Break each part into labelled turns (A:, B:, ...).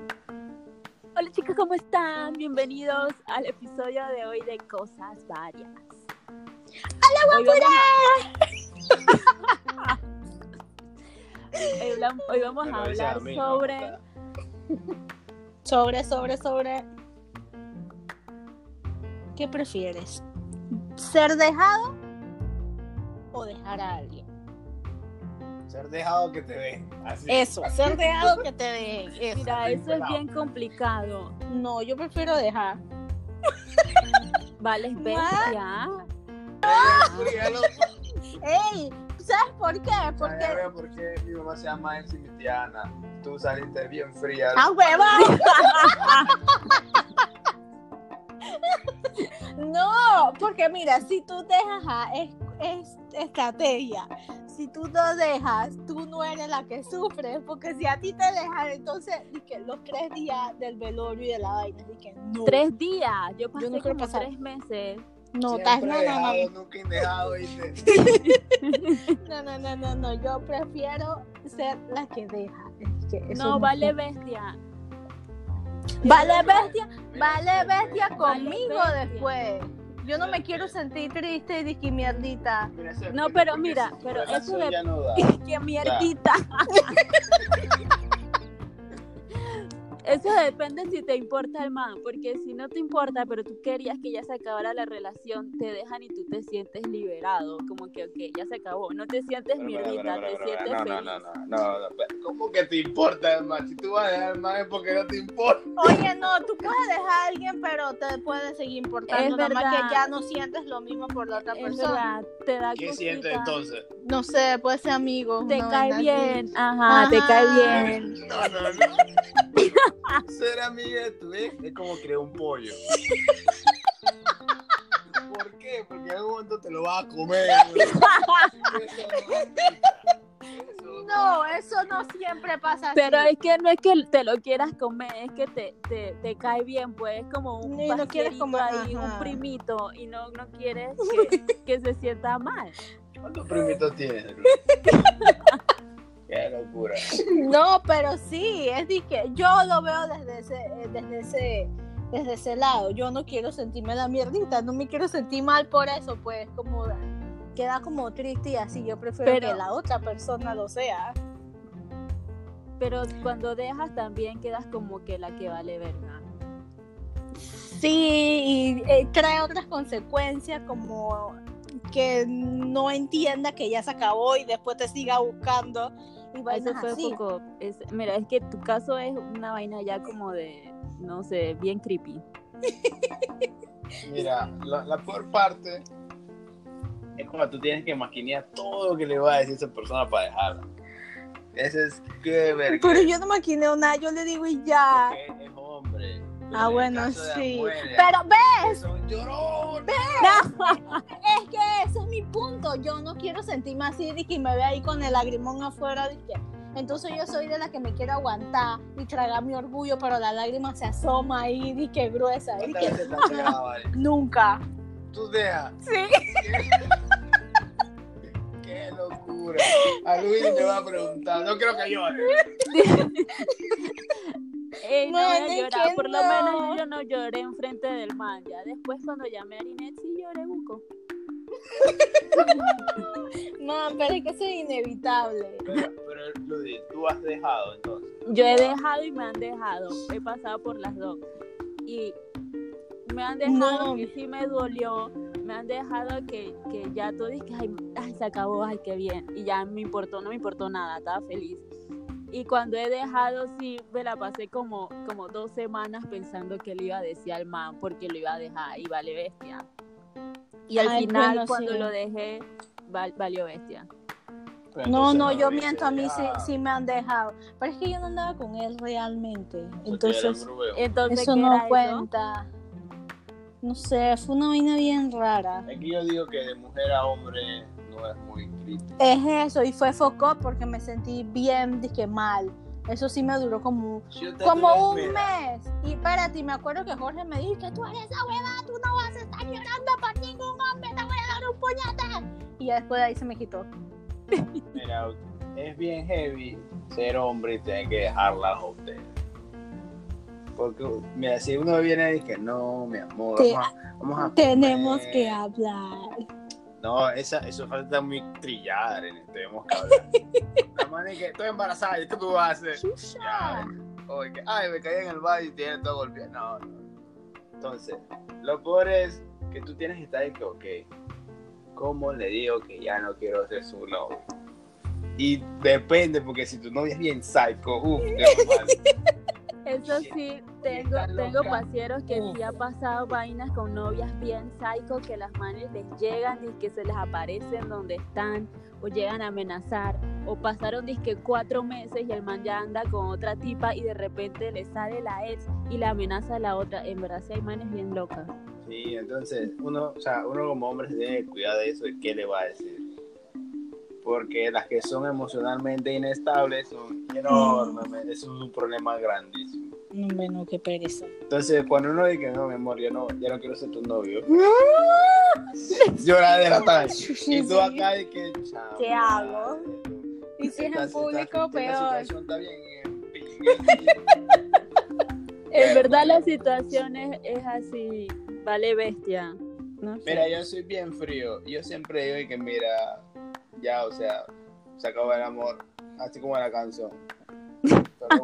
A: Hola chicos, ¿cómo están? Bienvenidos al episodio de hoy de Cosas Varias.
B: ¡Hola,
A: guapura! Hoy vamos a, hoy vamos a hablar
C: mí, ¿no?
A: sobre...
B: Sobre, sobre, sobre. ¿Qué prefieres? ¿Ser dejado o dejar a alguien?
C: Ser dejado que te den. Así.
B: Eso, ser dejado que te den. eso.
A: Mira, eso es bien complicado.
B: No, yo prefiero dejar.
A: Vale, bestia.
C: Ya lo-
B: ¡Ey! ¿Sabes por qué?
C: ya
B: Porque.
C: veo por qué mi mamá se llama Ensi Mitiana. Tú saliste bien fría.
B: ¡Ah, huevón! No, porque mira, si tú dejas, ajá, es, es estrategia. Si tú no dejas, tú no eres la que sufres, porque si a ti te dejan, entonces, que los tres días del velorio y de la vaina, que no.
A: Tres días. Yo pasé
B: no quiero
A: como
B: pasar.
A: tres meses.
B: no,
C: Siempre
B: estás, no, no, no,
C: dejado, nunca indejado, ¿viste?
B: no, no, no, no, no, yo prefiero ser la que deja. Es que eso
A: No, vale bestia.
B: Vale, bestia,
C: Mira,
B: vale,
C: siempre-
B: bestia conmigo
A: bestia.
B: después. Yo no me quiero sentir triste y disque mierdita.
C: Mira, siempre,
A: No, pero
C: porque
A: mira,
C: si tu
A: pero eso
C: relación
A: de-
C: ya no da.
A: ¡Qué mierdita! Eso depende si te importa el man, porque si no te importa, pero tú querías que ya se acabara la relación, te dejan y tú te sientes liberado, como que, ok, ya se acabó, no te sientes
C: Pero, pero,
A: mierdita,
C: pero,
A: te
C: pero,
A: sientes
C: pero, no,
A: feliz.
C: no, no, no, no, no, pero ¿Cómo que te importa, hermano? Si tú vas a dejar, hermano, es porque no te importa.
B: Oye, no, tú puedes dejar a alguien, pero te puede seguir importando.
A: Es
B: nada más
A: verdad.
B: que ya no sientes lo mismo por la otra
A: Es
B: persona.
A: verdad, te da
C: ¿Qué
A: cosita,
C: sientes entonces?
B: No sé, puede ser amigo.
A: Te
B: una vaina
A: cae
B: así.
A: bien, ajá, te
B: Ajá.
A: cae bien.
C: No, no, no. Ser amiga de tu ex es como crear un pollo. ¿Por qué? Porque en algún momento te lo vas a comer. güey. Eso
B: No, eso no siempre pasa
A: Pero
B: así.
A: es que no es que te lo quieras comer, es que te, te, te cae bien, pues es como un
B: Y no quieres
A: parcerito
B: comer,
A: ahí,
B: ajá.
A: un primito, y no, no quieres que, que se sienta mal.
C: ¿Cuántos primitos tienes? Qué locura.
B: No, pero sí, es de que yo lo veo desde ese, eh, desde ese, desde ese lado. Yo no quiero sentirme la mierdita, no me quiero sentir mal por eso, pues como queda como triste y así. Yo prefiero
A: Pero-
B: que la otra persona lo sea.
A: Pero cuando dejas también quedas como que la que vale verga.
B: Sí, y eh, trae otras consecuencias como que no entienda que ya se acabó y después te siga buscando y
A: Eso
B: vainas
A: fue
B: así.
A: poco. es- mira, es que tu caso es una vaina ya como de, no sé, bien creepy.
C: Mira, la, la peor parte es cuando tú tienes que maquinear todo lo que le va a decir esa persona para dejarla. Ese es que verga.
B: Pero yo no maquineo nada, yo le digo y ya.
C: Porque es hombre.
B: Ah,
C: En
B: bueno,
C: caso de
B: sí.
C: afuera,
B: Pero ve,
C: que son llorones.
B: es que ese es mi punto. Yo no quiero sentirme así de que me ve ahí con el lagrimón afuera. de que- Entonces yo soy de la que me quiero aguantar y tragar mi orgullo, pero la lágrima se asoma ahí y que gruesa. de
C: ¿Cuántas
B: que
C: veces te han pegado, vale?
B: nunca.
C: Tú dejas.
B: Sí.
C: Qué locura. A Luis le va a preguntar. No creo que llore.
A: Ey, no,
B: No,
A: voy a
B: no es
A: llorar,
B: que
A: por lo
B: no.
A: menos yo no lloré enfrente del man. Ya después cuando llamé a Arinet sí lloré buco.
B: No, pero es que eso es inevitable.
C: Pero, pero Luis, tú has dejado entonces.
A: Yo he dejado y me han dejado. He pasado por las dos. Y me han dejado
B: No.
A: que sí me dolió. Me han dejado que, que ya tú dices que ay, ay, se acabó, ay, qué bien. Y ya me importó, no me importó nada, estaba feliz. Y cuando he dejado, sí, me la pasé como, como dos semanas pensando que le iba a decir al man porque lo iba a dejar y vale bestia. Y al
B: Ay,
A: final,
B: bueno,
A: cuando
B: sí.
A: lo dejé, val- valió bestia.
C: Pero
B: No,
C: entonces
B: no, yo
C: dices,
B: miento, a mí sí,
C: ah,
B: sí me han dejado. Pero es que yo no andaba con él realmente.
C: porque era un
B: Entonces, eh,
C: grubeo.
A: Entonces,
B: eso
A: ¿qué
B: no
A: era
B: cuenta. No sé, fue una vaina bien rara.
C: Aquí yo digo que de mujer a hombre no es muy crítico.
B: Es eso, y fue foco porque me sentí bien, dije mal. Eso sí me duró como,
C: Yo te
B: como un
C: tuve- mira,
B: mes. Y espérate, me acuerdo que Jorge me dijo que tú eres esa huevada, tú no vas a estar llorando por ningún hombre, te voy a dar un puñete. Y ya después de ahí se me quitó.
C: Mira, es bien heavy ser hombre y tener que dejarla a usted. Porque, mira, si uno viene y dice, no, mi amor,
B: Te-
C: vamos a, vamos a
B: Tenemos
C: comer".
B: que hablar.
C: No, esa, eso falta muy trillada, Arena, Tenemos que hablar. La man es que estoy embarazada y tú qué vas a hacer. Ya, oye, que, ay, me caí en el baño y tiene todo golpeado. No, no. Entonces, lo peor es que tú tienes que estar de que, ok, ¿cómo le digo que ya no quiero ser su novio? Y depende, porque si tu novia es bien psycho, uff, te va mal.
A: Eso sí, tengo,
C: Está loca.
A: tengo pasieros que
B: Uf.
A: sí ha pasado vainas con novias bien psycho que las manes les llegan y que se les aparecen donde están o llegan a amenazar o pasaron disque cuatro meses y el man ya anda con otra tipa y de repente le sale la ex y la amenaza a la otra. En verdad sí hay manes bien locas.
C: Sí, entonces uno, o sea, uno como hombre se tiene que cuidar de eso y qué le va a decir. Porque las que son emocionalmente inestables son enormes, eso es un problema grandísimo.
B: Bueno, qué pereza.
C: Entonces, cuando uno dice, no, mi amor, yo no, ya no quiero ser tu novio, llora de la tarde. Y tú acá de que, chao,
B: ¿Qué hago? Y si es
C: Esta-
B: en
C: esta-
B: público,
C: esta
B: peor.
C: situación está bien, eh,
A: En verdad la situación es, es así, vale bestia. No sé.
C: Mira, yo soy bien frío. Yo siempre digo y que mira, ya, o sea, se acabó el amor, así como la canción. Pero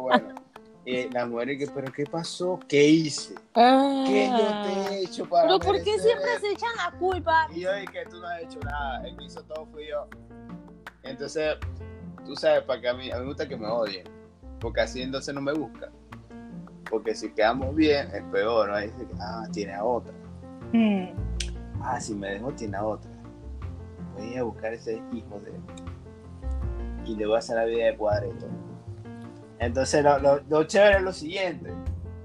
C: bueno. Y las mujeres que, pero ¿qué pasó? ¿Qué hice? ¿Qué yo te he hecho para
B: Ah. Pero ¿por qué
C: merecer
B: siempre
C: esto?
B: se echan la culpa?
C: Y yo dije, tú no has hecho nada, el que hizo todo fui yo. Entonces, tú sabes, para que a mí, a mí me gusta que me odien, porque así entonces no me busca. Porque si quedamos bien, es peor, ¿no? Ahí dice, ah, tiene a otra. Ah, si me dejo tiene a otra. Voy a buscar ese hijo de. Y le voy a hacer la vida de cuadrito. Entonces, lo, lo- lo chévere es lo siguiente: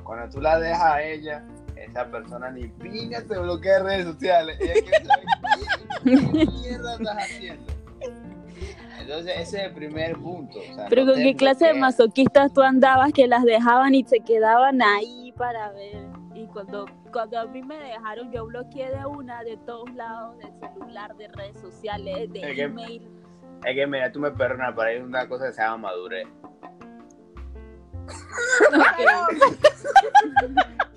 C: cuando tú la dejas a ella, esa persona ni pinga te bloquea en redes sociales. Ella quiere saber qué, qué mierda estás haciendo. Entonces, ese es el primer punto. o sea,
A: Pero
C: no
A: con
C: te
A: qué clase de
C: bloquea.
A: masoquistas tú andabas que las dejaban y se quedaban ahí para ver. Y cuando, cuando a mí me dejaron, yo bloqueé de una, de todos lados, del celular, de redes sociales, de
C: Es que-
A: email.
C: Es que, mira, tú me perdonas, para ir a una cosa que se llama madurez.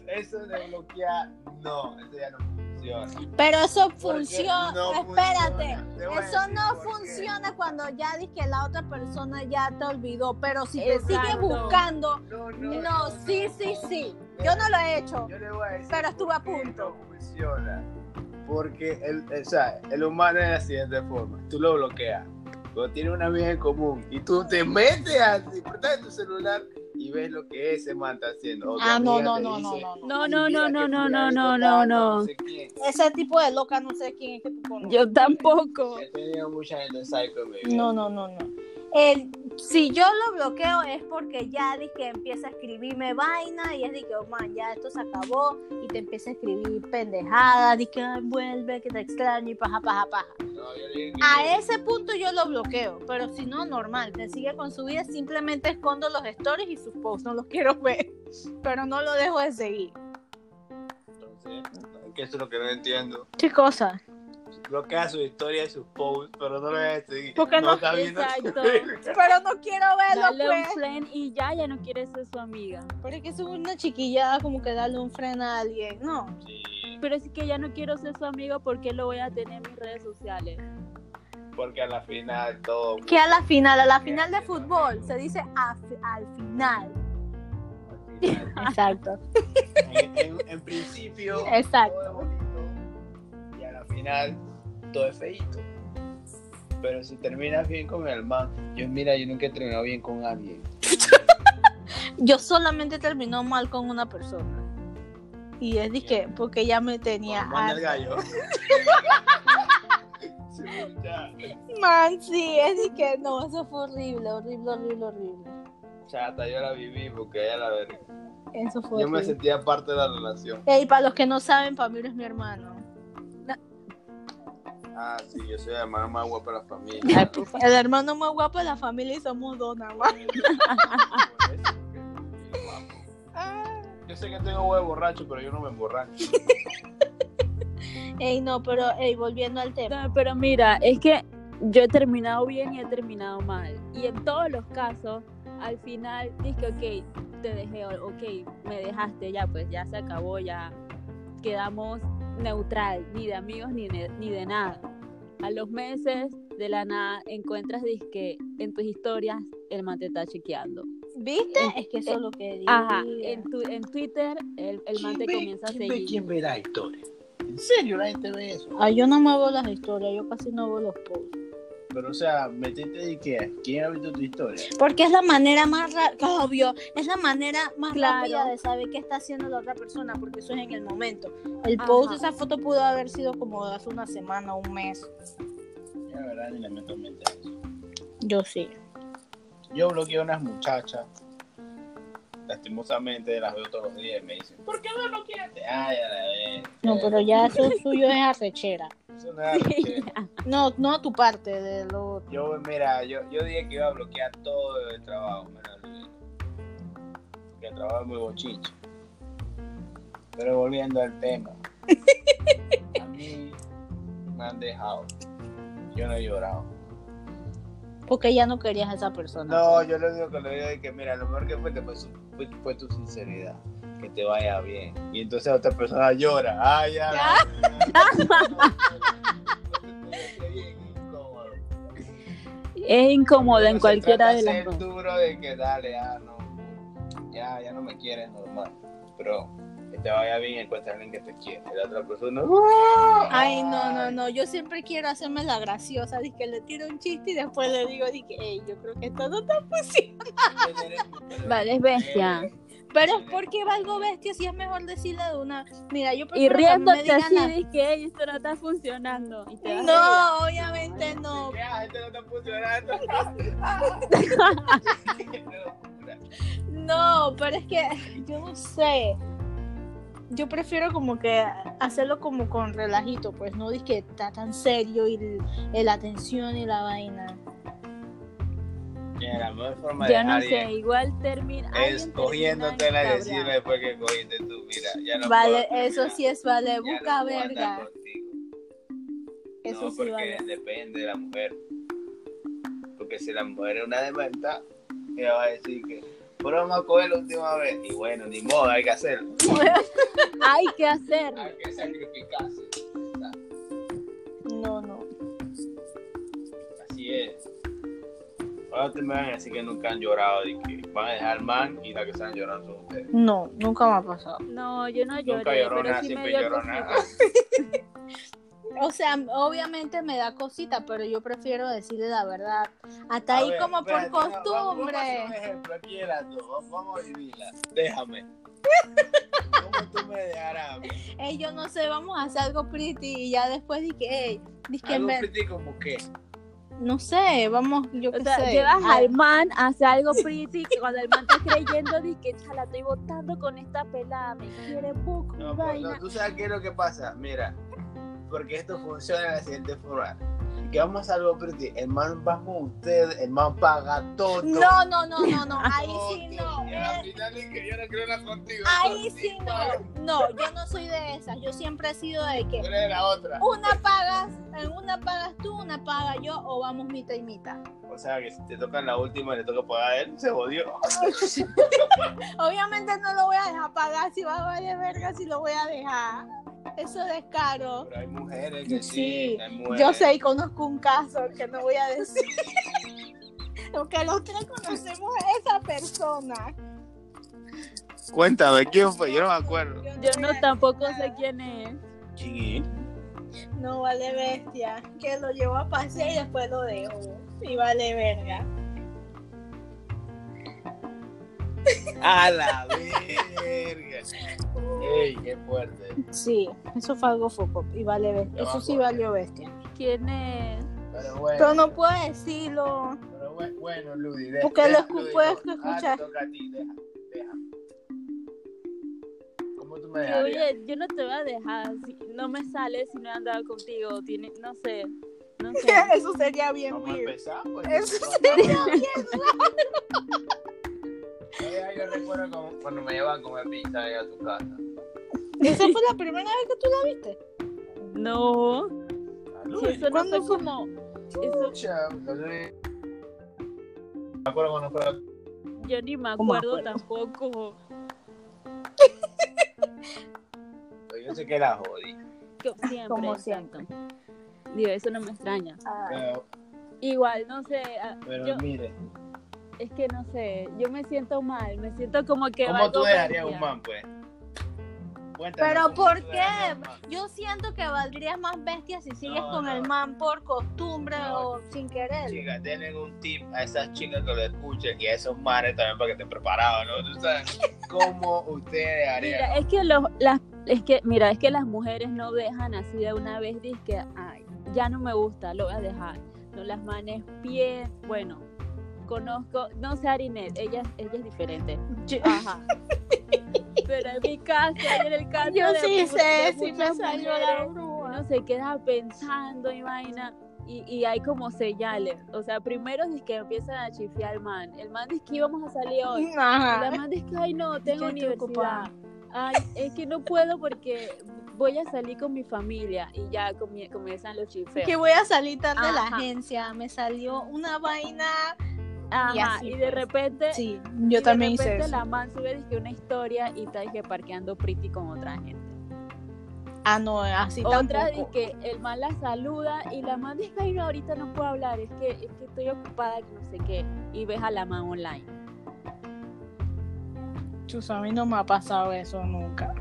C: Eso de bloquear, no, eso ya no funciona.
B: Pero eso
C: Porque
B: funciona.
C: no
B: Espérate.
C: funciona. Te voy a
B: Eso
C: decir
B: no
C: por qué.
B: funciona cuando ya dices que la otra persona ya te olvidó. Pero si te
A: Exacto.
B: sigue buscando.
C: No, no,
B: No, sí, sí, sí. Yo no lo he hecho.
C: Yo le voy a decir.
B: Pero estuve a
C: por qué
B: punto.
C: No funciona. Porque el, el- o sea, el humano es de la siguiente forma: tú lo bloqueas, pero tiene una amiga en común y tú te metes a disfrutar de tu celular y ves lo que ese man está haciendo. O tu
B: Ah, no,
C: amiga
B: no,
C: te
B: no, no,
C: dice,
B: no. no.
A: No, no,
C: "Mira
A: no, no, no,
C: que
A: no,
C: fulanito
A: no, no,
C: tal,
A: no.
C: sé quién".
B: Ese tipo de loca no sé quién es que tú conoces.
A: Yo tampoco.
C: He tenido mucha gente psycho en mi vida.
B: No, no, no, no. El, si yo lo bloqueo es porque ya dije empieza a escribirme vaina y es de que, oh man, ya esto se acabó y te empieza a escribir pendejadas, dije, ay, vuelve, que te extraño y paja, paja, paja.
C: No, yo le digo que no.
B: A ese punto yo lo bloqueo, pero si no, normal, te sigue con su vida, simplemente escondo los stories y sus posts, no los quiero ver, pero no lo dejo de seguir.
C: Entonces, que eso es lo que no entiendo.
B: ¿Qué cosa?
C: bloquea su historia y sus posts, pero no lo voy a seguir.
B: Porque no-
C: está viendo
A: Exacto.
B: Pero no quiero verlo,
A: Dale un
B: pues.
A: friend y ya, ya no quiere ser su amiga.
B: Pero es que es una chiquillada como que darle un freno a alguien, no.
C: Sí,
A: Pero es que ya no quiero ser su amigo porque lo voy a tener en mis redes sociales.
C: porque a la final todo.
B: que a la final, a la final de fútbol, se dice a- al final.
C: al final.
B: Exacto.
C: en, en- en principio,
B: Exacto.
C: todo es bonito y a la final todo es feito. Pero si terminas bien con el man, yo mira, yo nunca he terminado bien con alguien.
B: Yo solamente terminó mal con una persona. Y es de que, porque ella me tenía
C: Con el man del
B: harta.
C: gallo. Sí, ya.
B: Man, sí, es de que no, eso fue horrible, horrible, horrible, horrible.
C: O sea, hasta yo la viví porque ella la verga.
B: Eso fue
C: Yo me
B: horrible.
C: sentía parte de la relación.
B: Ey, para los que no saben, Pamiro es mi hermano.
C: Ah, sí, yo soy el hermano más guapo de la familia.
B: El hermano más guapo de la familia y somos dos nada más. Ah.
C: Yo sé que tengo huevo de borracho, pero yo no me emborracho.
B: Ey, no, pero ey, volviendo al tema.
A: No, pero mira, es que yo he terminado bien y he terminado mal. Y en todos los casos, al final, dije, ok, te dejé, ok, me dejaste, ya, pues ya se acabó, ya quedamos neutral, ni de amigos ni de, ni de nada. A los meses de la nada encuentras disque en tus historias el man te está chequeando.
B: ¿Viste? Es que eso es lo que digo.
A: Ajá, en, tu- en Twitter el, el man te comienza a
C: ¿quién, ve,
A: seguir.
C: ¿Quién ve la historia? ¿En serio la gente ve eso?
B: Ay, yo no muevo las historias, yo casi no veo los posts.
C: Pero, o sea, metete de que ¿quién ha visto tu historia?
B: Porque es la manera más rápida, obvio, es la manera más
A: Claro.
B: rápida de saber qué está haciendo la otra persona, porque eso es en el momento. El
A: Ajá.
B: post de esa foto pudo haber sido como de hace una semana, un mes.
C: Ya, La verdad, ni le meto mente a eso.
B: Yo sí.
C: Yo bloqueo a unas muchachas, lastimosamente las veo todos los días y me dicen, ¿por qué no bloqueaste? Ay, a la vez.
B: No, pero ya eso suyo es arrechera.
C: Eso no es arrechera.
B: No, no tu parte de lo
C: Yo, mira, yo, yo dije que iba a bloquear todo el trabajo, menos el dinero. Porque el trabajo es muy bochinche. Pero volviendo al tema, a mí me han dejado. Yo no he llorado.
B: porque ya no querías a esa persona.
C: No, yo lo único que le digo es que, mira, lo mejor que fue, fue, su- fue, fue tu sinceridad. Que te vaya bien. Y entonces otra persona llora. Ay, ya.
A: Es incómodo en
C: Se
A: cualquiera
C: trata
A: de las
C: ser
A: dos.
C: duro de que dale, ah, no, ya, ya no me quieres, normal. Pero que te vaya bien, encuentra a alguien que te quiera. Y la otra persona, ¡ah!
B: Ay, no, no, no, yo siempre quiero hacerme la graciosa, dije que le tiro un chiste y después le digo, dije, "Ey, yo creo que esto no está posible.
A: Vale, es bestia.
C: Eh,
B: Pero es porque va algo bestia, si es mejor decirle de una, mira, yo
A: Y
B: prefiero que a mí me
A: riéndote
B: digan
A: así,
B: la-
A: dije, "Ey, esto no está funcionando. Y te das risa.
B: No, obviamente no.
C: Ya, este no está funcionando.
B: No, pero es que yo no sé. Yo prefiero como que hacerlo como con relajito, pues no dije que está tan serio y el- la atención y la vaina.
C: Mira, la mejor forma de
A: Yo no
C: dejar
A: sé,
C: bien
A: igual termina.
C: es
A: alguien
C: cogiéndote
A: termina
C: la
A: encabronado.
C: decirle después que cogiste tú, mira, ya no
B: Vale,
C: puedo,
B: eso
C: ya,
B: sí es vale,
C: ya no
B: busca
C: puedo andar
B: verga.
C: contigo.
B: Eso
C: no,
B: sí
C: porque
B: vale.
C: depende de la mujer. Porque si la mujer es una dementa, ella va a decir que, pero vamos a coger la última vez. Y bueno, ni modo, hay que hacerlo.
A: Hay que hacer.
C: Hay que sacrificarse.
B: No, no.
C: Así es. Ahora te me van a decir que nunca han llorado, de que van a dejar man y la que están llorando son ustedes.
B: No, nunca me ha pasado.
A: No, yo no
C: Nunca
A: lloré,
C: lloró
A: pero
C: nada,
A: sí me
C: siempre
A: dio
C: lloró nada.
A: cosita.
B: O sea, obviamente me da cosita, pero yo prefiero decirle la verdad. Hasta
C: A
B: ahí
C: ver,
B: como
C: espérate,
B: por
C: no, Vamos, vamos a hacer un
B: costumbre.
C: ejemplo aquí de las dos. Vamos- Vamos a vivirla. Déjame. ¿Cómo tú me dejarás? a mí?
B: Ey, yo no sé, vamos a hacer algo pretty y ya después dije, ey, dije,
C: Algo
B: me-
C: pretty como que.
B: no sé, vamos, yo qué
A: O sea,
B: sé.
A: llevas
B: Ah,
A: al man a hacer algo pretty que cuando el man está creyendo dice que la estoy votando con esta pelada, me quiere poco,
C: No,
A: y
C: pues, no,
A: vaina.
C: tú sabes qué es lo que pasa. Mira, porque esto funciona de la siguiente forma. Que vamos a hacer algo pretty. El man va con usted, el man paga todo.
B: No, no, no, no, no, ahí
C: Todo.
B: sí no.
C: Y al
B: eh,
C: final es que yo no quiero nada contigo.
B: Ahí
C: Entonces,
B: sí
C: paga.
B: no. No, yo no soy de esas, yo siempre he sido de que
C: Tú eres de la otra.
B: una pagas, en una pagas tú, una paga yo o vamos mitad y mitad.
C: O sea, que si te tocan la última y le toca pagar a él, se jodió.
B: Obviamente no lo voy a dejar pagar, si va a valer verga si lo voy a dejar. Eso es caro.
C: Pero hay mujeres que sí.
B: Sí,
C: hay mujeres.
B: Yo sé y conozco un caso que no voy a decir. Porque los tres conocemos a esa persona.
C: Cuéntame, ¿quién fue? Yo no me acuerdo.
A: Yo
B: voy
A: no
B: a
A: tampoco
B: decir
A: sé
B: nada.
A: quién es.
C: Chiquín.
B: No vale bestia. Que lo llevó a pasear y después lo dejó. Y vale verga.
C: A la verga. Ey, qué fuerte.
B: Sí, eso fue algo foco. Y vale bestia.
C: Ya
B: Eso
C: me
B: sí
C: acuerdo.
B: valió bestia.
A: ¿Quién es?
C: Pero bueno.
B: Pero no puedo decirlo.
C: Pero bueno, bueno Ludi, deja.
B: Porque lo
C: deja,
B: escu-
C: Ludi,
B: puedes
C: no.
B: escuchar.
C: Ah, te toca a ti, deja, deja. ¿Cómo tú me
A: Que,
C: dejarías?
A: oye, yo no te voy a dejar, si- no me sale si no he andado contigo, tiene, no sé, no sé.
B: Eso sería bien
C: Vamos a
B: weird.
C: empezar, pues.
B: Eso
C: sería bien. Yo recuerdo como- cuando me llevaban a comer pizza ahí a tu casa.
B: ¿Esa fue la primera vez que tú la viste?
A: No,
C: Ah,
A: si
C: Ludi,
A: eso no
B: ¿cuándo
A: fue como, Eso
D: Chao, dale.
C: Me acuerdo cuando fue la-
A: yo ni me
B: ¿Cómo
A: acuerdo
B: acuerdo?
A: tampoco.
C: Yo sé que la jodí.
A: que Siempre,
B: Como
A: exacto. Digo, eso no me extraña.
B: Ah,
C: Pero,
A: Igual, no sé, ah,
C: pero
A: Yo-
C: mire,
A: es que no sé, yo me siento mal, me siento como que...
C: ¿cómo
A: valgo
C: tú dejarías a un
A: bestia.
C: man, pues? Cuéntame,
B: Pero
C: ¿cómo
B: ¿por
C: tú dejarías a
B: qué?
C: un man?
B: Yo siento que valdrías más bestia si sigues
C: No,
B: con
C: no.
B: el man por costumbre
C: No.
B: o sin querer.
C: Chicas, denle un tip a esas chicas que lo escuchen y a esos manes también para que estén preparados, ¿no? ¿Tú sabes cómo ustedes harían?
A: Mira, es que los, las, es que, mira, es que las mujeres no dejan así de una vez, que ay, ya no me gusta, lo voy a dejar. No las manes pies, bueno, conozco, no sé Arinet, ella, ella es diferente.
B: Yo-
A: Ajá. Pero en mi caso, en el caso
B: Yo
A: de
B: sí
A: mu-
B: sé,
A: de
B: sí me
A: muchas
B: salió
A: mujeres,
B: la bruja.
A: uno se queda pensando y vaina y, y hay como señales. O sea, primero es que empiezan a chifiar al man. El man dice que íbamos a salir hoy. Y La
B: Ajá.
A: man dice que, ay, no, tengo
B: estoy
A: universidad.
B: ocupada.
A: Ay, es que no puedo porque voy a salir con mi familia y ya comie- comienzan los chifeos.
B: Que voy a salir tarde de la
A: Ajá.
B: agencia. Me salió una vaina.
A: Ajá,
B: y
A: y,
B: así,
A: de
B: pues.
A: repente...
B: Sí,
A: y
B: yo
A: de
B: también hice
A: repente
B: eso.
A: la man sube dizque, una historia y está dizque, parqueando pretty con otra gente.
B: Ah, no, así
A: Otra
B: tampoco.
A: que el man la saluda y la man dice, ay no, ahorita no puedo hablar, es que, es que estoy ocupada, que no sé qué, y ves a la man online.
B: Chus, a mí no me ha pasado eso nunca.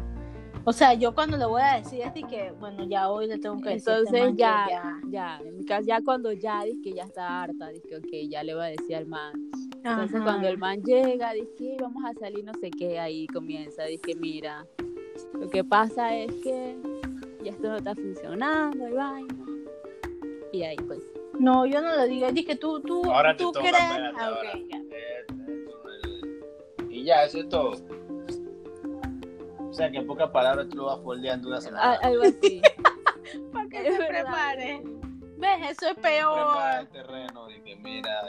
B: O sea, yo cuando le voy a decir es de que, bueno, ya hoy le tengo que decir. a este
A: Entonces
B: man que
A: ya, ya, en mi caso ya cuando ya dice que ya está harta, dice que ok, ya le voy a decir al man. Entonces
B: Ajá.
A: cuando el man llega, dice, "Ey, vamos a salir, no sé qué, ahí comienza, dice, mira, lo que pasa es que ya esto no está funcionando, y vaina. Y ahí pues.
B: No, yo no le digo, es de que tú, tú,
C: Ahora te
B: tú
C: toca,
B: crees.
C: espérate,
B: Ah,
C: ahora.
B: ok, ya.
C: Eh, eh, Y ya, eso es todo. O sea, que en pocas palabras tú lo vas foldeando una
A: A-
C: semana.
A: Algo así.
B: Para que
A: Es
B: te
A: verdad.
B: prepares. ¿Ves? Eso es
C: Prepara
B: peor.
C: el terreno y que mira,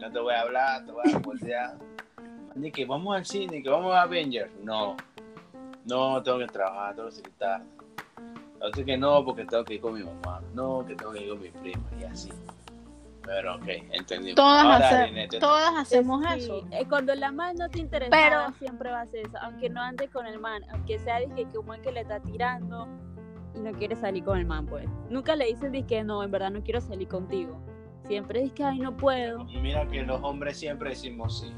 C: no te voy a hablar, te voy a foldear. Ni que vamos al cine, que vamos a Avengers. No, no, tengo que trabajar, tengo que salir tarde. Entonces que no, porque tengo que ir con mi mamá. No, que tengo que ir con mi prima y así. Pero ok, entendí.
B: Todas
C: Ahora, este
B: hace-
C: Aline, te-
B: Todas hacemos
A: Sí,
B: eso.
A: eh, cuando la man no te interesa,
B: Pero-
A: siempre va a hacer eso. Aunque no ande con el man, aunque sea dije, que un man que le está tirando y no quiere salir con el man, pues. Nunca le dices que no, en verdad no quiero salir contigo. Siempre dices que ay, no puedo.
C: Y Mira que los hombres siempre decimos sí.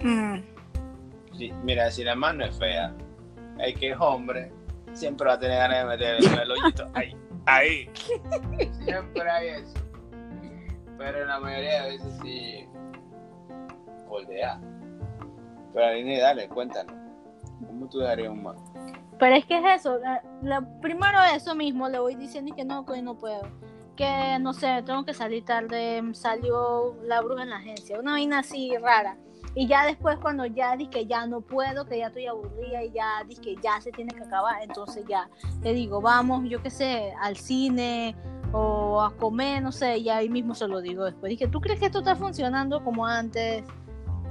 B: Mm.
C: Sí, mira, si la mano es fea, el que es hombre siempre va a tener ganas de meter el- el hoyito ahí, ahí. Siempre hay eso. Pero la mayoría de veces sí voltea. Pero Aline, dale, cuéntanos. ¿Cómo tú darías un man?
B: Pero es que es eso. la- la- primero eso mismo, le voy diciendo que no, que hoy no puedo. Que no sé, tengo que salir tarde. mm, Salió la bruja en la agencia. Una vaina así rara. Y ya después cuando ya dije que ya no puedo, que ya estoy aburrida y ya dije que ya se tiene que acabar, entonces ya le digo, vamos, yo qué sé, al cine o a comer, no sé, y ahí mismo se lo digo después. Dije, ¿tú crees que esto está funcionando como antes?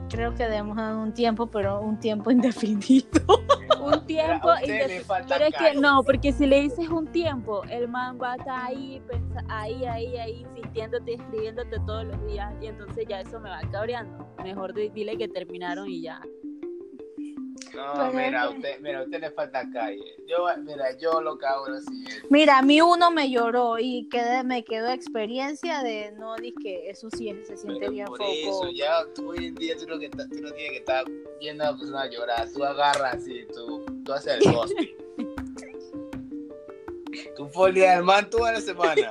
B: Creo que debemos dar un tiempo, pero un tiempo indefinido.
A: Un tiempo
C: A usted le
A: indefin-
C: falta
A: Pero es que
C: calle.
A: no, porque si le dices un tiempo, el man va a estar ahí, pensa- ahí, ahí, ahí, insistiéndote, escribiéndote todos los días. Y entonces ya eso me va cabreando. Mejor di- dile que terminaron y ya.
C: No,
B: Pero
C: mira, a
B: es que-
C: usted, mira, a usted le falta calle. Yo, mira, yo lo cago en lo siguiente.
B: Mira, a mí uno me lloró y quedé, me quedó experiencia de no dije, eso sí se siente
C: Pero
B: bien
C: por
B: foco.
C: eso, ya hoy en día tú no, que estás- tú no tienes que estar viendo a la persona llorar, tú agarras y tú, tú haces el ghosting. tú folías al man toda la semana.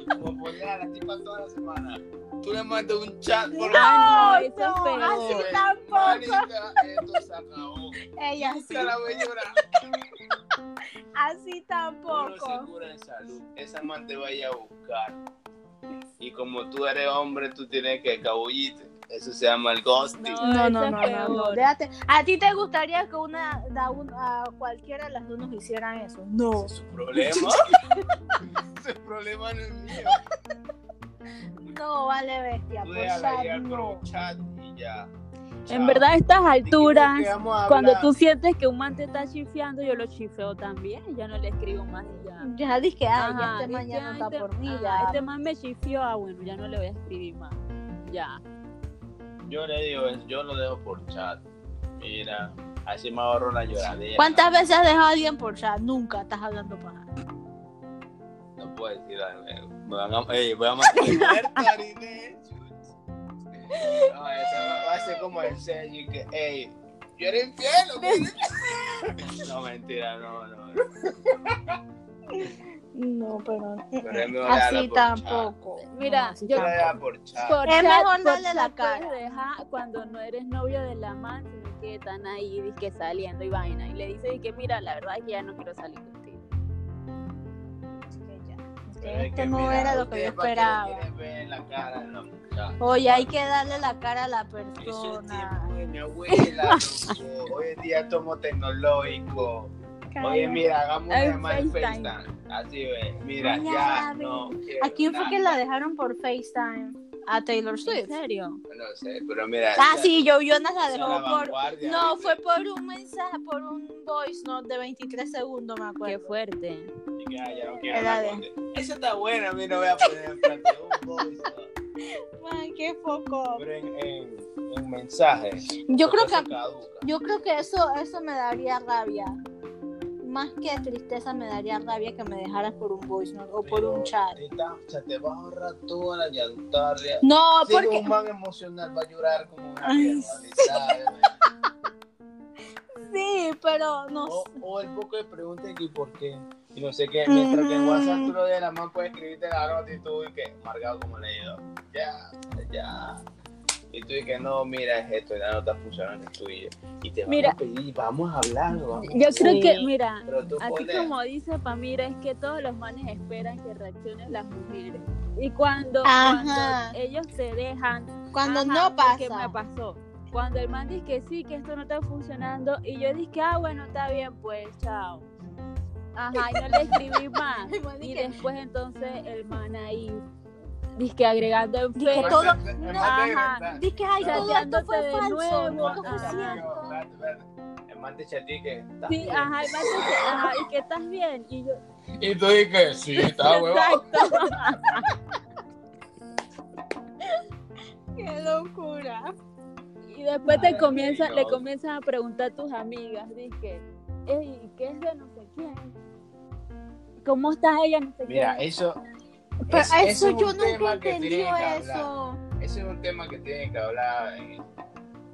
C: Y como folías a la tipa toda la semana. Tú le mandas un chat por
A: Ah, no, eso
B: no,
A: es peor.
B: así
C: Eh,
B: tampoco.
C: Marica, esto se acabó.
B: Ella sí,
C: Nunca la voy a llorar.
B: así
C: Uno se
B: tampoco.
C: cura en salud. Esa man te vaya a buscar. Y como tú eres hombre, tú tienes que cabullirte. Eso se llama el ghosting.
A: No,
B: No,
A: ese
B: no,
A: es
B: no, no, no,
A: peor.
B: déjate. ¿A ti te gustaría que una, da un- a cualquiera de las dos nos hicieran eso? No.
C: Ese es su problema. Ese problema no es mío.
B: No, vale bestia,
C: Tú
B: por
C: déjala
B: chat
C: llegar por
B: no.
C: un chat y ya.
A: En verdad, a estas alturas,
C: Dijimos que vamos a
A: cuando
C: hablar.
A: tú sientes que un man te está chifeando, yo lo chifeo también. Ya no le escribo más y ya.
B: Ya dije, ay,
A: Ajá,
B: este ah,
A: dije,
B: mañana
A: "Ay,
B: está
A: este-
B: por mí,
A: ajá,
B: ya.
A: Este man me chifió, ah, bueno, ya no le voy a escribir más. Ya.
C: Yo le digo, es- yo lo dejo por chat. Mira, así me ahorro la lloradera.
B: ¿Cuántas veces has dejado a alguien por chat? Nunca estás hablando paja.
C: No puedo decir dale. Me van a. Ey, voy a matar.
E: No, eso va a ser como el Sergio que, ey, yo era infiel, ¿o qué?".
C: No, mentira, no, no.
B: No, pero
C: Pero él me va a dar la
B: así
C: por chat.
B: tampoco.
A: Mira,
B: No, así
A: yo-
C: Me va a dar por chat.
A: Por
B: Es
A: chat-
B: mejor
A: por
B: darle la
A: chat puedes
B: cara.
A: dejar cuando no eres novio de la man, sino que están ahí, que saliendo y vaina. Y le dices que mira, la verdad es que ya no quiero salir contigo.
B: tampoco, ya.
C: Pero es
B: Esto
C: que
B: no
C: mira,
B: era lo que yo
C: ustedes para le
B: esperaba.
C: quieren ver en la cara de la muchacha.
B: Oye, hay que darle la cara a la
C: Eso es
B: persona.
C: tiempo de mi abuela, loco. Hoy en día tomo tecnológico. Oye, mira, hagamos una
A: Ay,
C: llamada en
A: FaceTime.
C: FaceTime. Así ve, mira,
B: Ay,
C: ya,
B: ya,
C: no. quiero
B: ¿A quién fue
C: nada.
B: que la dejaron por FaceTime? A Taylor
A: ¿En
B: Swift.
A: serio?
C: No sé, pero mira.
B: Ah,
C: esa-
B: sí, Joe Jonas la
C: esa es
B: dejó
C: la
B: por.
C: vanguardia,
B: No,
C: ¿viste?
B: fue por un mensaje, por un voice note de 23 segundos, me
A: Qué
B: acuerdo.
A: fuerte.
C: Y que, ah, ya no quiero
B: Era
C: hablar
B: de-
C: con él. Esa está buena, a mí no voy a poner en frente un voice, ¿no?
B: Man, qué foco.
C: Pero en, en, en mensaje.
B: Yo creo
C: porque
B: que
C: eso caduca.
B: Yo creo que eso, eso me daría rabia. Más que tristeza, me daría rabia que me dejaras por un voice note o por
C: Pero
B: un chat.
C: ahorita, o sea, te vas a ahorrar toda la llantarria.
B: No,
C: Si eres
B: porque.
C: un man emocional, va a llorar como una
B: Ay,
C: mierda,
B: sí.
C: ¿sabes?
B: Sí, pero no
C: O,
B: sé.
C: o el poco de preguntas y por qué. Y no sé qué, mientras que en
B: Mm.
C: WhatsApp tú lo de la man puedes escribirte la nota y tú y que, marcado como leído. Ya, ya. Y tú y que no, mira, es esto, y la nota funciona es tuya. Y te vamos
A: Mira.
C: a pedir, y vamos a hablar, vamos a
A: Yo creo
B: Sí.
A: que, mira,
C: Pero tú
A: así
C: pones-
A: como dice Pamira, es que todos los manes esperan que reaccionen las mujeres. Y cuando,
B: Ajá.
A: cuando ellos te dejan,
B: Cuando
A: Ajá,
B: no
A: porque me
B: pasa.
A: pasó. Cuando el man dice que sí, que esto no está funcionando, y yo dije, ah, bueno, está bien, pues, chao. Ajá, y no le escribí más.
B: El man
A: y
B: dice-
A: después entonces el man ahí, dice que agregando en
B: Dice que
A: Facebook,
B: todo-
C: Entonces, en
B: no,
C: más de
A: ajá,
C: verdad.
B: Dije, ay, todo esto fue
A: Chateándote de
B: falso.
A: nuevo,
B: No, no fue
A: ajá.
B: cierto.
C: Espérate, espérate. El man te chatea que está
A: sí,
C: bien.
A: ajá, el man dice, ajá, y que estás bien. Y yo,
C: Y tú dices, sí, está Ah, huevo.
A: exacto.
B: Qué locura.
A: Y después te
C: Madre
A: comienza,
C: mía.
A: le comienzan a preguntar a tus amigas, dije, hey, ¿qué es de no sé quién? ¿Cómo está ella? No sé
C: Mira,
A: quién.
C: eso.
B: Pero
C: es- ese
B: eso
C: es un
B: yo nunca
C: tema que
B: entendí
C: tienen que hablar.
B: eso.
C: Ese es un tema que tienen que hablar, en,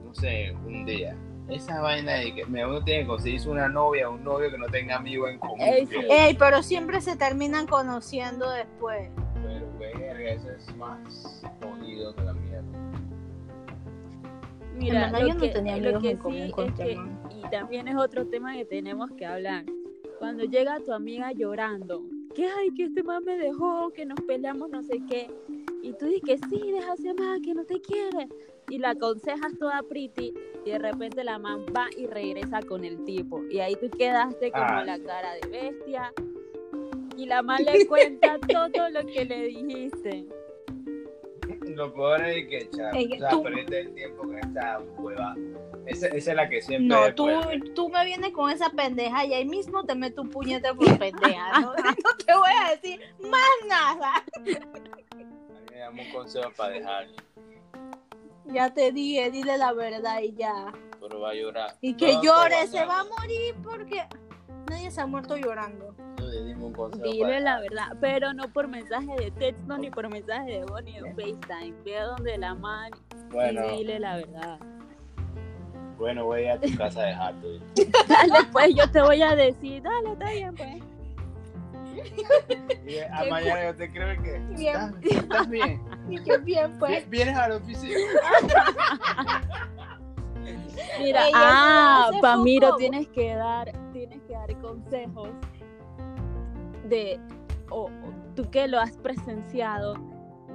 C: no sé, un día. Esa vaina de que me uno tiene que conseguirse una novia o un novio que no tenga amigos en común.
A: Ey, sí.
C: Pero,
B: Ey, pero siempre se terminan conociendo después.
C: pero, verga, eso es más jodido que la mierda.
A: Mira,
B: En verdad,
A: lo
B: yo no
A: que,
B: tenía
A: lo
B: amigos
A: que
B: en común
A: sí
B: con
A: es
B: este
A: que,
B: man.
A: y también es otro tema que tenemos que hablar. Cuando llega tu amiga llorando, que ay, que este man me dejó, que nos peleamos, no sé qué, y tú dices que sí, déjase más, que no te quiere, y la aconsejas toda pretty, y de repente la man va y regresa con el tipo, y ahí tú quedaste como
C: Ah,
A: la cara de bestia, y la man le cuenta todo lo que le dijiste.
C: Lo peor es que, chaval,
B: Ey,
C: o sea,
B: tú-
C: perdiste el tiempo con esta hueva. Esa, esa es la que siempre.
B: No, tú,
C: después-
B: tú me vienes con esa pendeja y ahí mismo te meto un puñete por pendeja. No, No te voy a decir más nada.
C: A mí me dame un consejo para dejar,
B: Ya te dije, dile la verdad y ya.
C: pero va a llorar.
B: Y que
C: No,
B: llore,
C: no,
B: se
C: no.
B: va a morir porque nadie se ha muerto llorando.
C: Yo le dimos un consejo para
A: Dile la verdad, pero no por mensaje de texto, ni por mensaje de voz, ni de FaceTime. Ve a donde la man
C: Bueno,
A: y dile la verdad.
C: bueno, voy a tu casa a dejarte. ¿viste?
A: Dale, pues yo te voy a decir, dale, está bien, pues.
C: Y a mañana "Ah, yo te creo que estás estás bien.
B: Y que bien, pues.
C: Vi- Vienes a la oficina.
A: Mira,
B: Ella se
A: ah,
B: hace
A: Pamiro,
B: foco.
A: tienes que dar, tienes que dar consejos de, o o tú que lo has presenciado,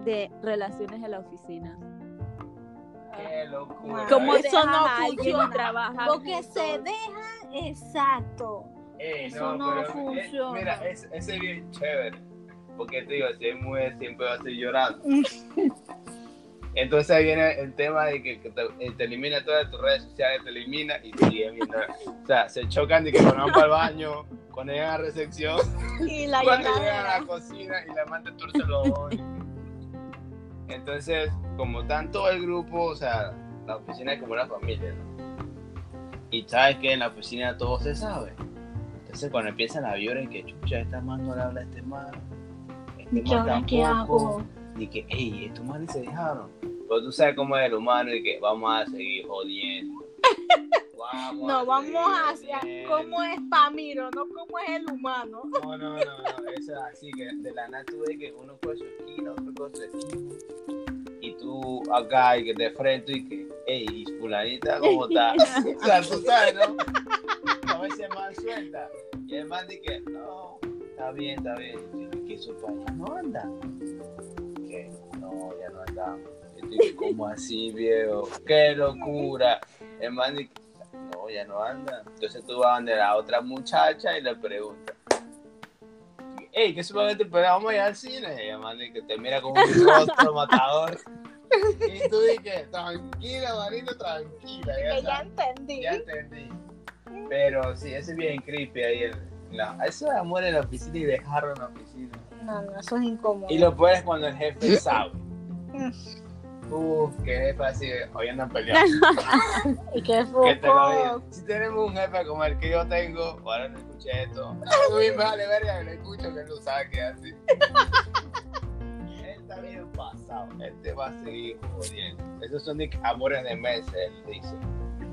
A: de relaciones en la oficina.
C: Qué locura.
A: ¿Cómo
B: Eso
A: dejas
B: no
A: a alguien y
B: funciona.
A: trabajas
B: Porque
A: juntos?
B: se dejan, exacto.
C: Eh,
B: Eso no
C: pero, eh,
B: funciona.
C: mira, ese, ese es bien chévere. Porque te digo, si hay mujer siempre va a estar llorando. Entonces ahí viene el tema de que, que te, te elimina todas tus redes sociales, te elimina y sigue viendo. o sea, se chocan de que cuando van para el baño, cuando llegan a la recepción,
B: Y la
C: cuando llegan
B: lloradera.
C: a la cocina y la amante tuerce los ojos. Entonces, como tanto el grupo, o sea, la oficina es como una familia, ¿no? Y sabes que en la oficina todo se sabe. Entonces, cuando empiezan a vibrar en que chucha, esta más no le habla a este más, este
B: ¿Y
C: más
B: ahora qué
C: tampoco,
B: hago?
C: y que, hey, estos manes se dejaron. Pero tú sabes cómo es el humano y que vamos a seguir jodiendo. Vamos
B: No, vamos
C: seguir
B: hacia
C: jodiendo.
B: cómo es Pamiro, no cómo es el humano.
C: No, no, no, no, eso es así, que de la nada tú ves que uno coge su esquina, otro coge su esquina, y tú acá, y que de frente, y que, ey, y fulanita, ¿cómo está? o sea, tú sabes, ¿no? A veces mal suelta, y el man dice que, no, está bien, está bien, y que su país no anda, que, no, ya no andamos, y tú dices, ¿cómo así, viejo? ¡Qué locura! El man dice, no, ya no anda, entonces tú vas donde la otra muchacha y le preguntas, Ey, que solamente pero vamos a ir al cine. Y el man de que te mira como un monstruo matador. Y tú dices, tranquila, manito, tranquila. Ya,
B: Que ya
C: está,
B: entendí.
C: ya entendí. Pero sí, ese es bien creepy ahí. el- la- eso es amor en la oficina y dejarlo en la oficina.
B: No, no, eso es incómodo.
C: Y lo peor es cuando el jefe sabe.
B: Mm.
C: Uf, que el jefe así, de, hoy andan peleando.
B: Y qué
C: que te lo
B: foco.
C: digo. Si tenemos un jefe como el que yo tengo, ahora no escuché esto. Uy, me vale verga que lo escucho, que él no sabe que es así. Él está bien pasado. Este va a seguir jodiendo. Esos son de que amores de meses, él dice.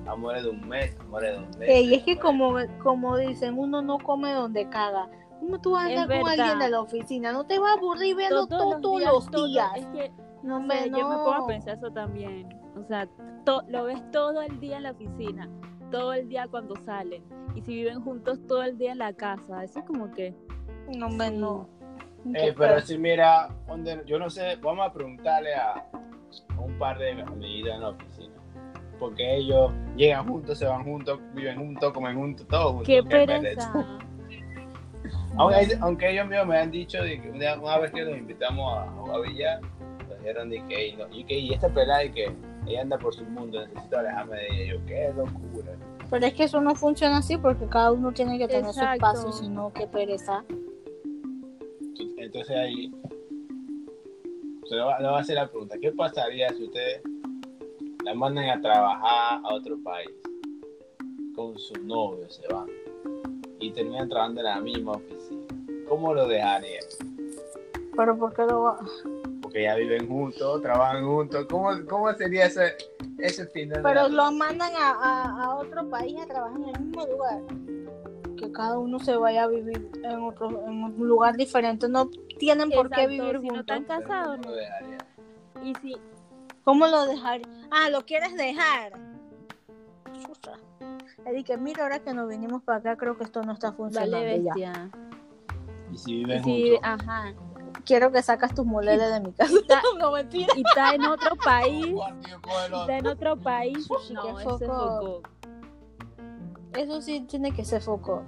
C: Amores de un mes, amores de dos meses.
B: Ey, es que
C: amores-
B: como, como dicen, uno no come donde caga. ¿Cómo tú vas a
A: Es
B: andar con
A: verdad.
B: alguien de la oficina? No te vas a aburrir verlo
A: Todos
B: todos, los días.
A: Es que
B: No,
A: o
B: hombre,
A: sea, yo me
B: no.
A: pongo a pensar eso también. O sea, to- lo ves todo el día en la oficina, todo el día cuando salen. Y si viven juntos todo el día en la casa, eso es como que.
B: No, hombre, no.
C: Eh, pero si mira, donde, yo no sé, vamos a preguntarle a a un par de amiguitos en la oficina. Porque ellos llegan juntos, se van juntos, viven juntos, comen juntos, todo juntos.
A: ¡Qué
C: pereza.
A: pereza!
C: Aunque, aunque ellos mismos me han dicho de que una, una vez que los invitamos a jugar billar, nos dijeron de que, "Ey, no, y, que y esta pelada de que ella anda por su mundo, necesito alejarme de ella. Yo, qué locura.
B: Pero es que eso no funciona así porque cada uno tiene que tener su
A: Exacto.
B: espacio, si no, qué pereza.
C: Entonces ahí se le va, le va a hacer la pregunta, ¿qué pasaría si ustedes la mandan a trabajar a otro país? Con su novio se van y terminan trabajando en la misma oficina. ¿Cómo lo dejarían?
B: Pero ¿por qué lo va?
C: Porque ya viven juntos, trabajan juntos. ¿Cómo, cómo sería ese, ese final? de
B: Pero
C: la-
B: lo mandan a, a- a otro país a trabajar en el mismo lugar. Que cada uno se vaya a vivir en otro en un lugar diferente. No tienen por qué
A: Exacto,
B: vivir
A: si no
B: juntos.
A: están casados,
C: ¿Cómo
A: ¿no?
C: lo dejarían?
A: Y si,
B: ¿Cómo lo dejar? Ah, ¿lo quieres dejar? Chuta. Le dije, mira, ahora que nos vinimos para acá, creo que esto no está funcionando
A: vale,
B: ya.
A: bestia.
C: Y si viven
A: Y si,
C: juntos.
A: ajá.
B: Quiero que sacas tus moleles de mi casa.
A: Está-
B: no, mentira.
A: Y está en otro país.
C: Guardia, cógelo.
A: Está en otro país.
B: Uy, qué
A: No, eso
B: foco.
A: es foco.
B: Eso sí tiene que ser foco.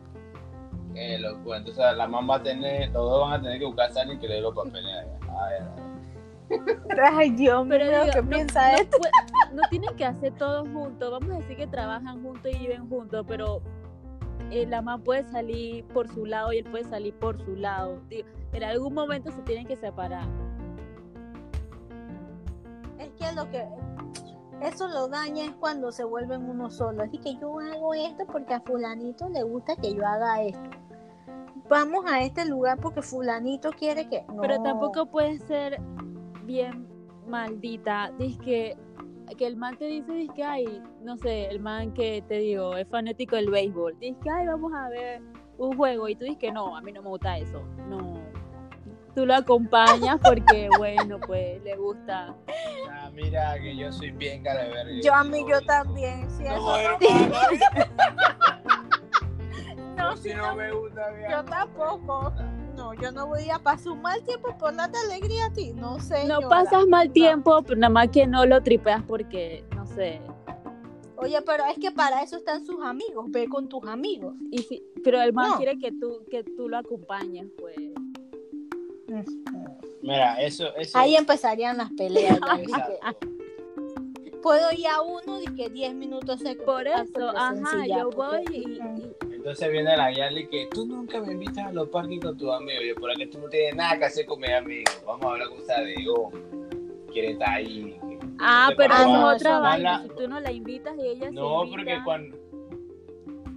C: Qué locura. Entonces la mamá va a tener, los dos van a tener que buscar a alguien que le dé los papeles allá. Ay, ay, ay.
B: Ay, Dios mío,
A: Pero digo,
B: ¿qué
A: no,
B: piensa
A: no
B: esto?
A: pue- no tienen que hacer todo juntos. Vamos a decir que trabajan juntos y viven juntos, pero eh, la mamá puede salir por su lado y él puede salir por su lado. Digo, en algún momento se tienen que separar.
B: Es que lo que eso lo daña es cuando se vuelven uno solo. Así que yo hago esto porque a fulanito le gusta que yo haga esto. Vamos a este lugar porque fulanito quiere que. No.
A: Pero tampoco puede ser bien maldita. Dice que, el man te dice, dice que, ay, no sé, el man que te digo, es fanático del béisbol. Dice que, ay, vamos a ver un juego. Y tú dices que no, a mí no me gusta eso. No. Tú lo acompañas porque, bueno, pues le gusta.
C: Ah, mira, que yo soy bien cara de verga.
B: Yo a mí yo también. Si eso
C: No,
B: no-
C: hermano,
B: no,
C: si
B: si
C: no
B: no-
C: me gusta, mira,
B: yo
C: no.
B: tampoco. No, yo no voy a pasar un mal tiempo por darte alegría a ti. No sé.
A: No pasas mal tiempo, pero nada más que no lo tripeas porque, no sé.
B: Oye, pero es que para eso están sus amigos. Ve con tus amigos.
A: Y si- pero el man
B: No.
A: quiere que tú, que tú lo acompañes, pues.
C: Y Mira, eso, eso.
B: Ahí empezarían las peleas. ¿no?
C: Exacto.
B: Dije, Puedo ir a uno y que 10 minutos se
A: Por eso, ajá, yo voy
B: porque-
A: y, y-
C: Entonces viene la Yali que tú nunca me invitas a los parques con tus amigos. Yo, por aquí tú no tienes nada que hacer con mis amigos. Vamos a hablar con Sadeo. Quiere estar ahí.
A: Ah, pero
B: Ah,
A: eso
B: no,
A: es otra
B: eso no.
A: vaina. Si tú no la invitas y ella se
C: No,
A: invita.
C: porque cuando.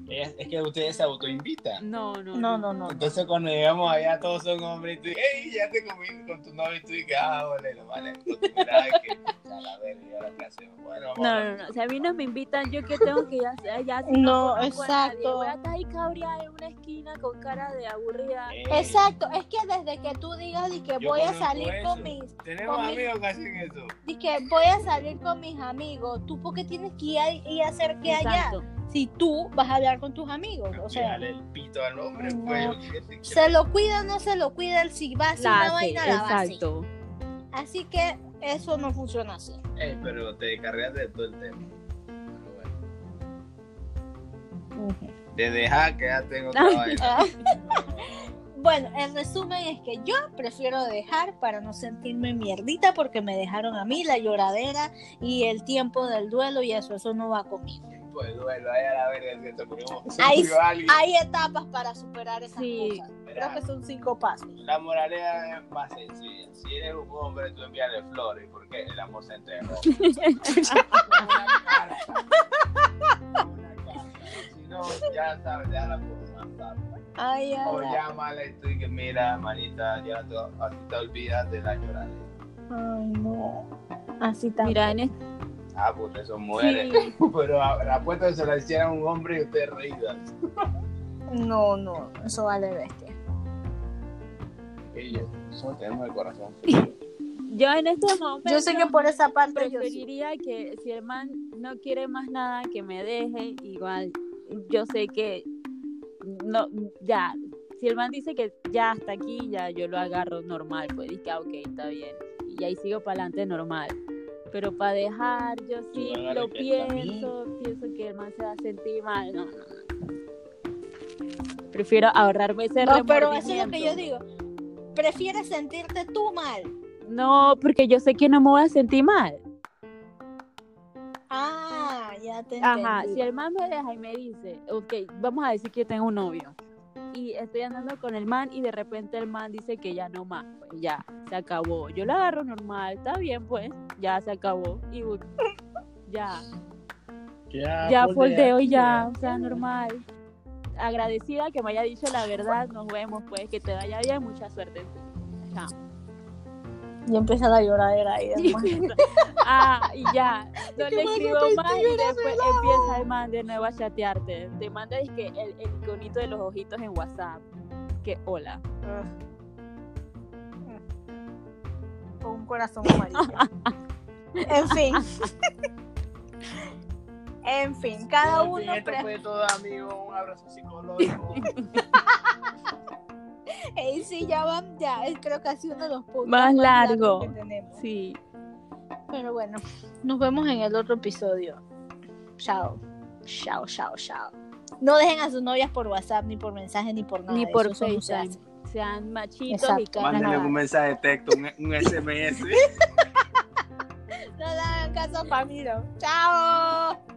C: Ella- es que ustedes se autoinvitan.
A: No, no,
B: No, no, no.
C: Entonces cuando llegamos allá todos son hombres y tú dices, ¡Ey, ya te comí con tu novio! Y tú dices, ¡Ah, bolero, vale! Con tu mirada de que, ya la verga, ¿y ahora qué hacemos? Bueno, vamos a
A: No, no,
C: hablar.
A: no. Si a mí no me invitan, yo que tengo que ir allá. allá si
B: No,
A: conozco a nadie?
B: exacto.
A: Voy a estar ahí cabreada en una esquina con cara de aburrida.
C: Ey,
B: Exacto, es que desde que tú digas y que
C: Yo
B: voy a
C: conozco
B: salir
C: eso.
B: con mis
C: Tenemos
B: con mi-
C: amigos que hacen eso.
B: y que voy a salir con mis amigos, tú porque tienes que ir a, y hacer que allá
A: Exacto.
B: si tú vas a hablar con tus amigos, o sea,
C: Fíjale el pito al hombre,
B: no.
C: pues. yo qué sé.
B: se lo cuida o no se lo cuida, el si va a hacer
A: La
B: una
A: hace,
B: vaina la va a hacer.
A: exacto.
B: Así que eso no funciona así.
C: Ey, pero te descargas de todo el tema. Pero bueno. De dejar que ya tengo otra vaina.
B: Bueno, el resumen es que yo prefiero dejar para no sentirme mierdita porque me dejaron a mí la lloradera y el tiempo del duelo y eso, eso no va conmigo.
C: Pues duelo, ahí a la verga, ¿cierto? Porque vos-
B: Ahí-
C: Yo, alguien-
B: Hay etapas para superar esas
A: Sí.
B: cosas. Creo que son cinco pasos.
C: La moraleja es más sencilla. Si eres un hombre, tú envíale flores, porque el amor se entrega. Si no, ya sabes, ya la puedo mandar.
B: Ay, ay,
C: O
B: ay.
C: llámale tú y que mira, manita, ya te, así te olvidas de la llorada.
B: Ay, no. Así tan.
A: Mira, en este.
C: Ah, pues eso muere.
A: Sí.
C: Pero a- la apuesta que se la hiciera a un hombre y usted reída.
B: No, no. Eso vale bestia.
C: Y yo, nosotros tenemos el corazón.
A: Yo en este estos momentos.
B: Yo sé que por esa parte yo sí.
A: preferiría que si el man no quiere más nada que me deje igual yo sé que no ya si el man dice que ya hasta aquí ya yo lo agarro normal pues dije ah, ok está bien y ahí sigo para adelante normal pero para dejar yo sí
C: agarro
A: lo
C: que está bien.
A: pienso pienso que el man se va a sentir mal no no no. prefiero ahorrarme ese
B: No, pero eso es lo que yo
A: remordimiento.
B: digo. Prefieres sentirte tú mal.
A: no porque yo sé que no me voy a sentir mal
B: Ah, ya te entendí.
A: Ajá, si el man me deja y me dice, ok, vamos a decir que yo tengo un novio y estoy andando con el man y de repente el man dice que ya no más, pues ya, se acabó. Yo lo agarro normal, está bien pues, ya se acabó y bu- ya,
C: Ah,
A: ya
C: pues,
A: volteo y ya, o sea, normal. Agradecida que me haya dicho la verdad, nos vemos pues, que te vaya bien, mucha suerte.
B: Y empieza la lloradera ahí después.
A: Ah, y ya. No
B: Qué
A: le
B: bueno
A: escribo
B: que estoy
A: más y
B: llorando
A: después
B: de lado.
A: empieza el man de nuevo a chatearte. Te manda dizque, el, el iconito de los ojitos en WhatsApp. Que hola.
B: Con un corazón amarillo. en fin. en fin, cada uno
C: Esto
B: pre-
C: fue pues, todo, amigo. Un abrazo psicológico.
B: Ey, sí, ya van, ya, eh, creo que ha sido uno de los puntos
A: Más largo.
B: largos que tenemos.
A: Sí.
B: Pero bueno, nos vemos en el otro episodio. Chao. Chao, chao, chao. No dejen a sus novias por WhatsApp, ni por mensaje, ni por nada.
A: Ni
B: de
A: por
B: eso, eso no se
A: FaceTime.
B: hace.
A: Sean machitos y
B: Exacto.
A: caras.
C: Mándenle un mensaje de texto, un, un SMS.
B: No le hagan caso a Pamiro. Chao.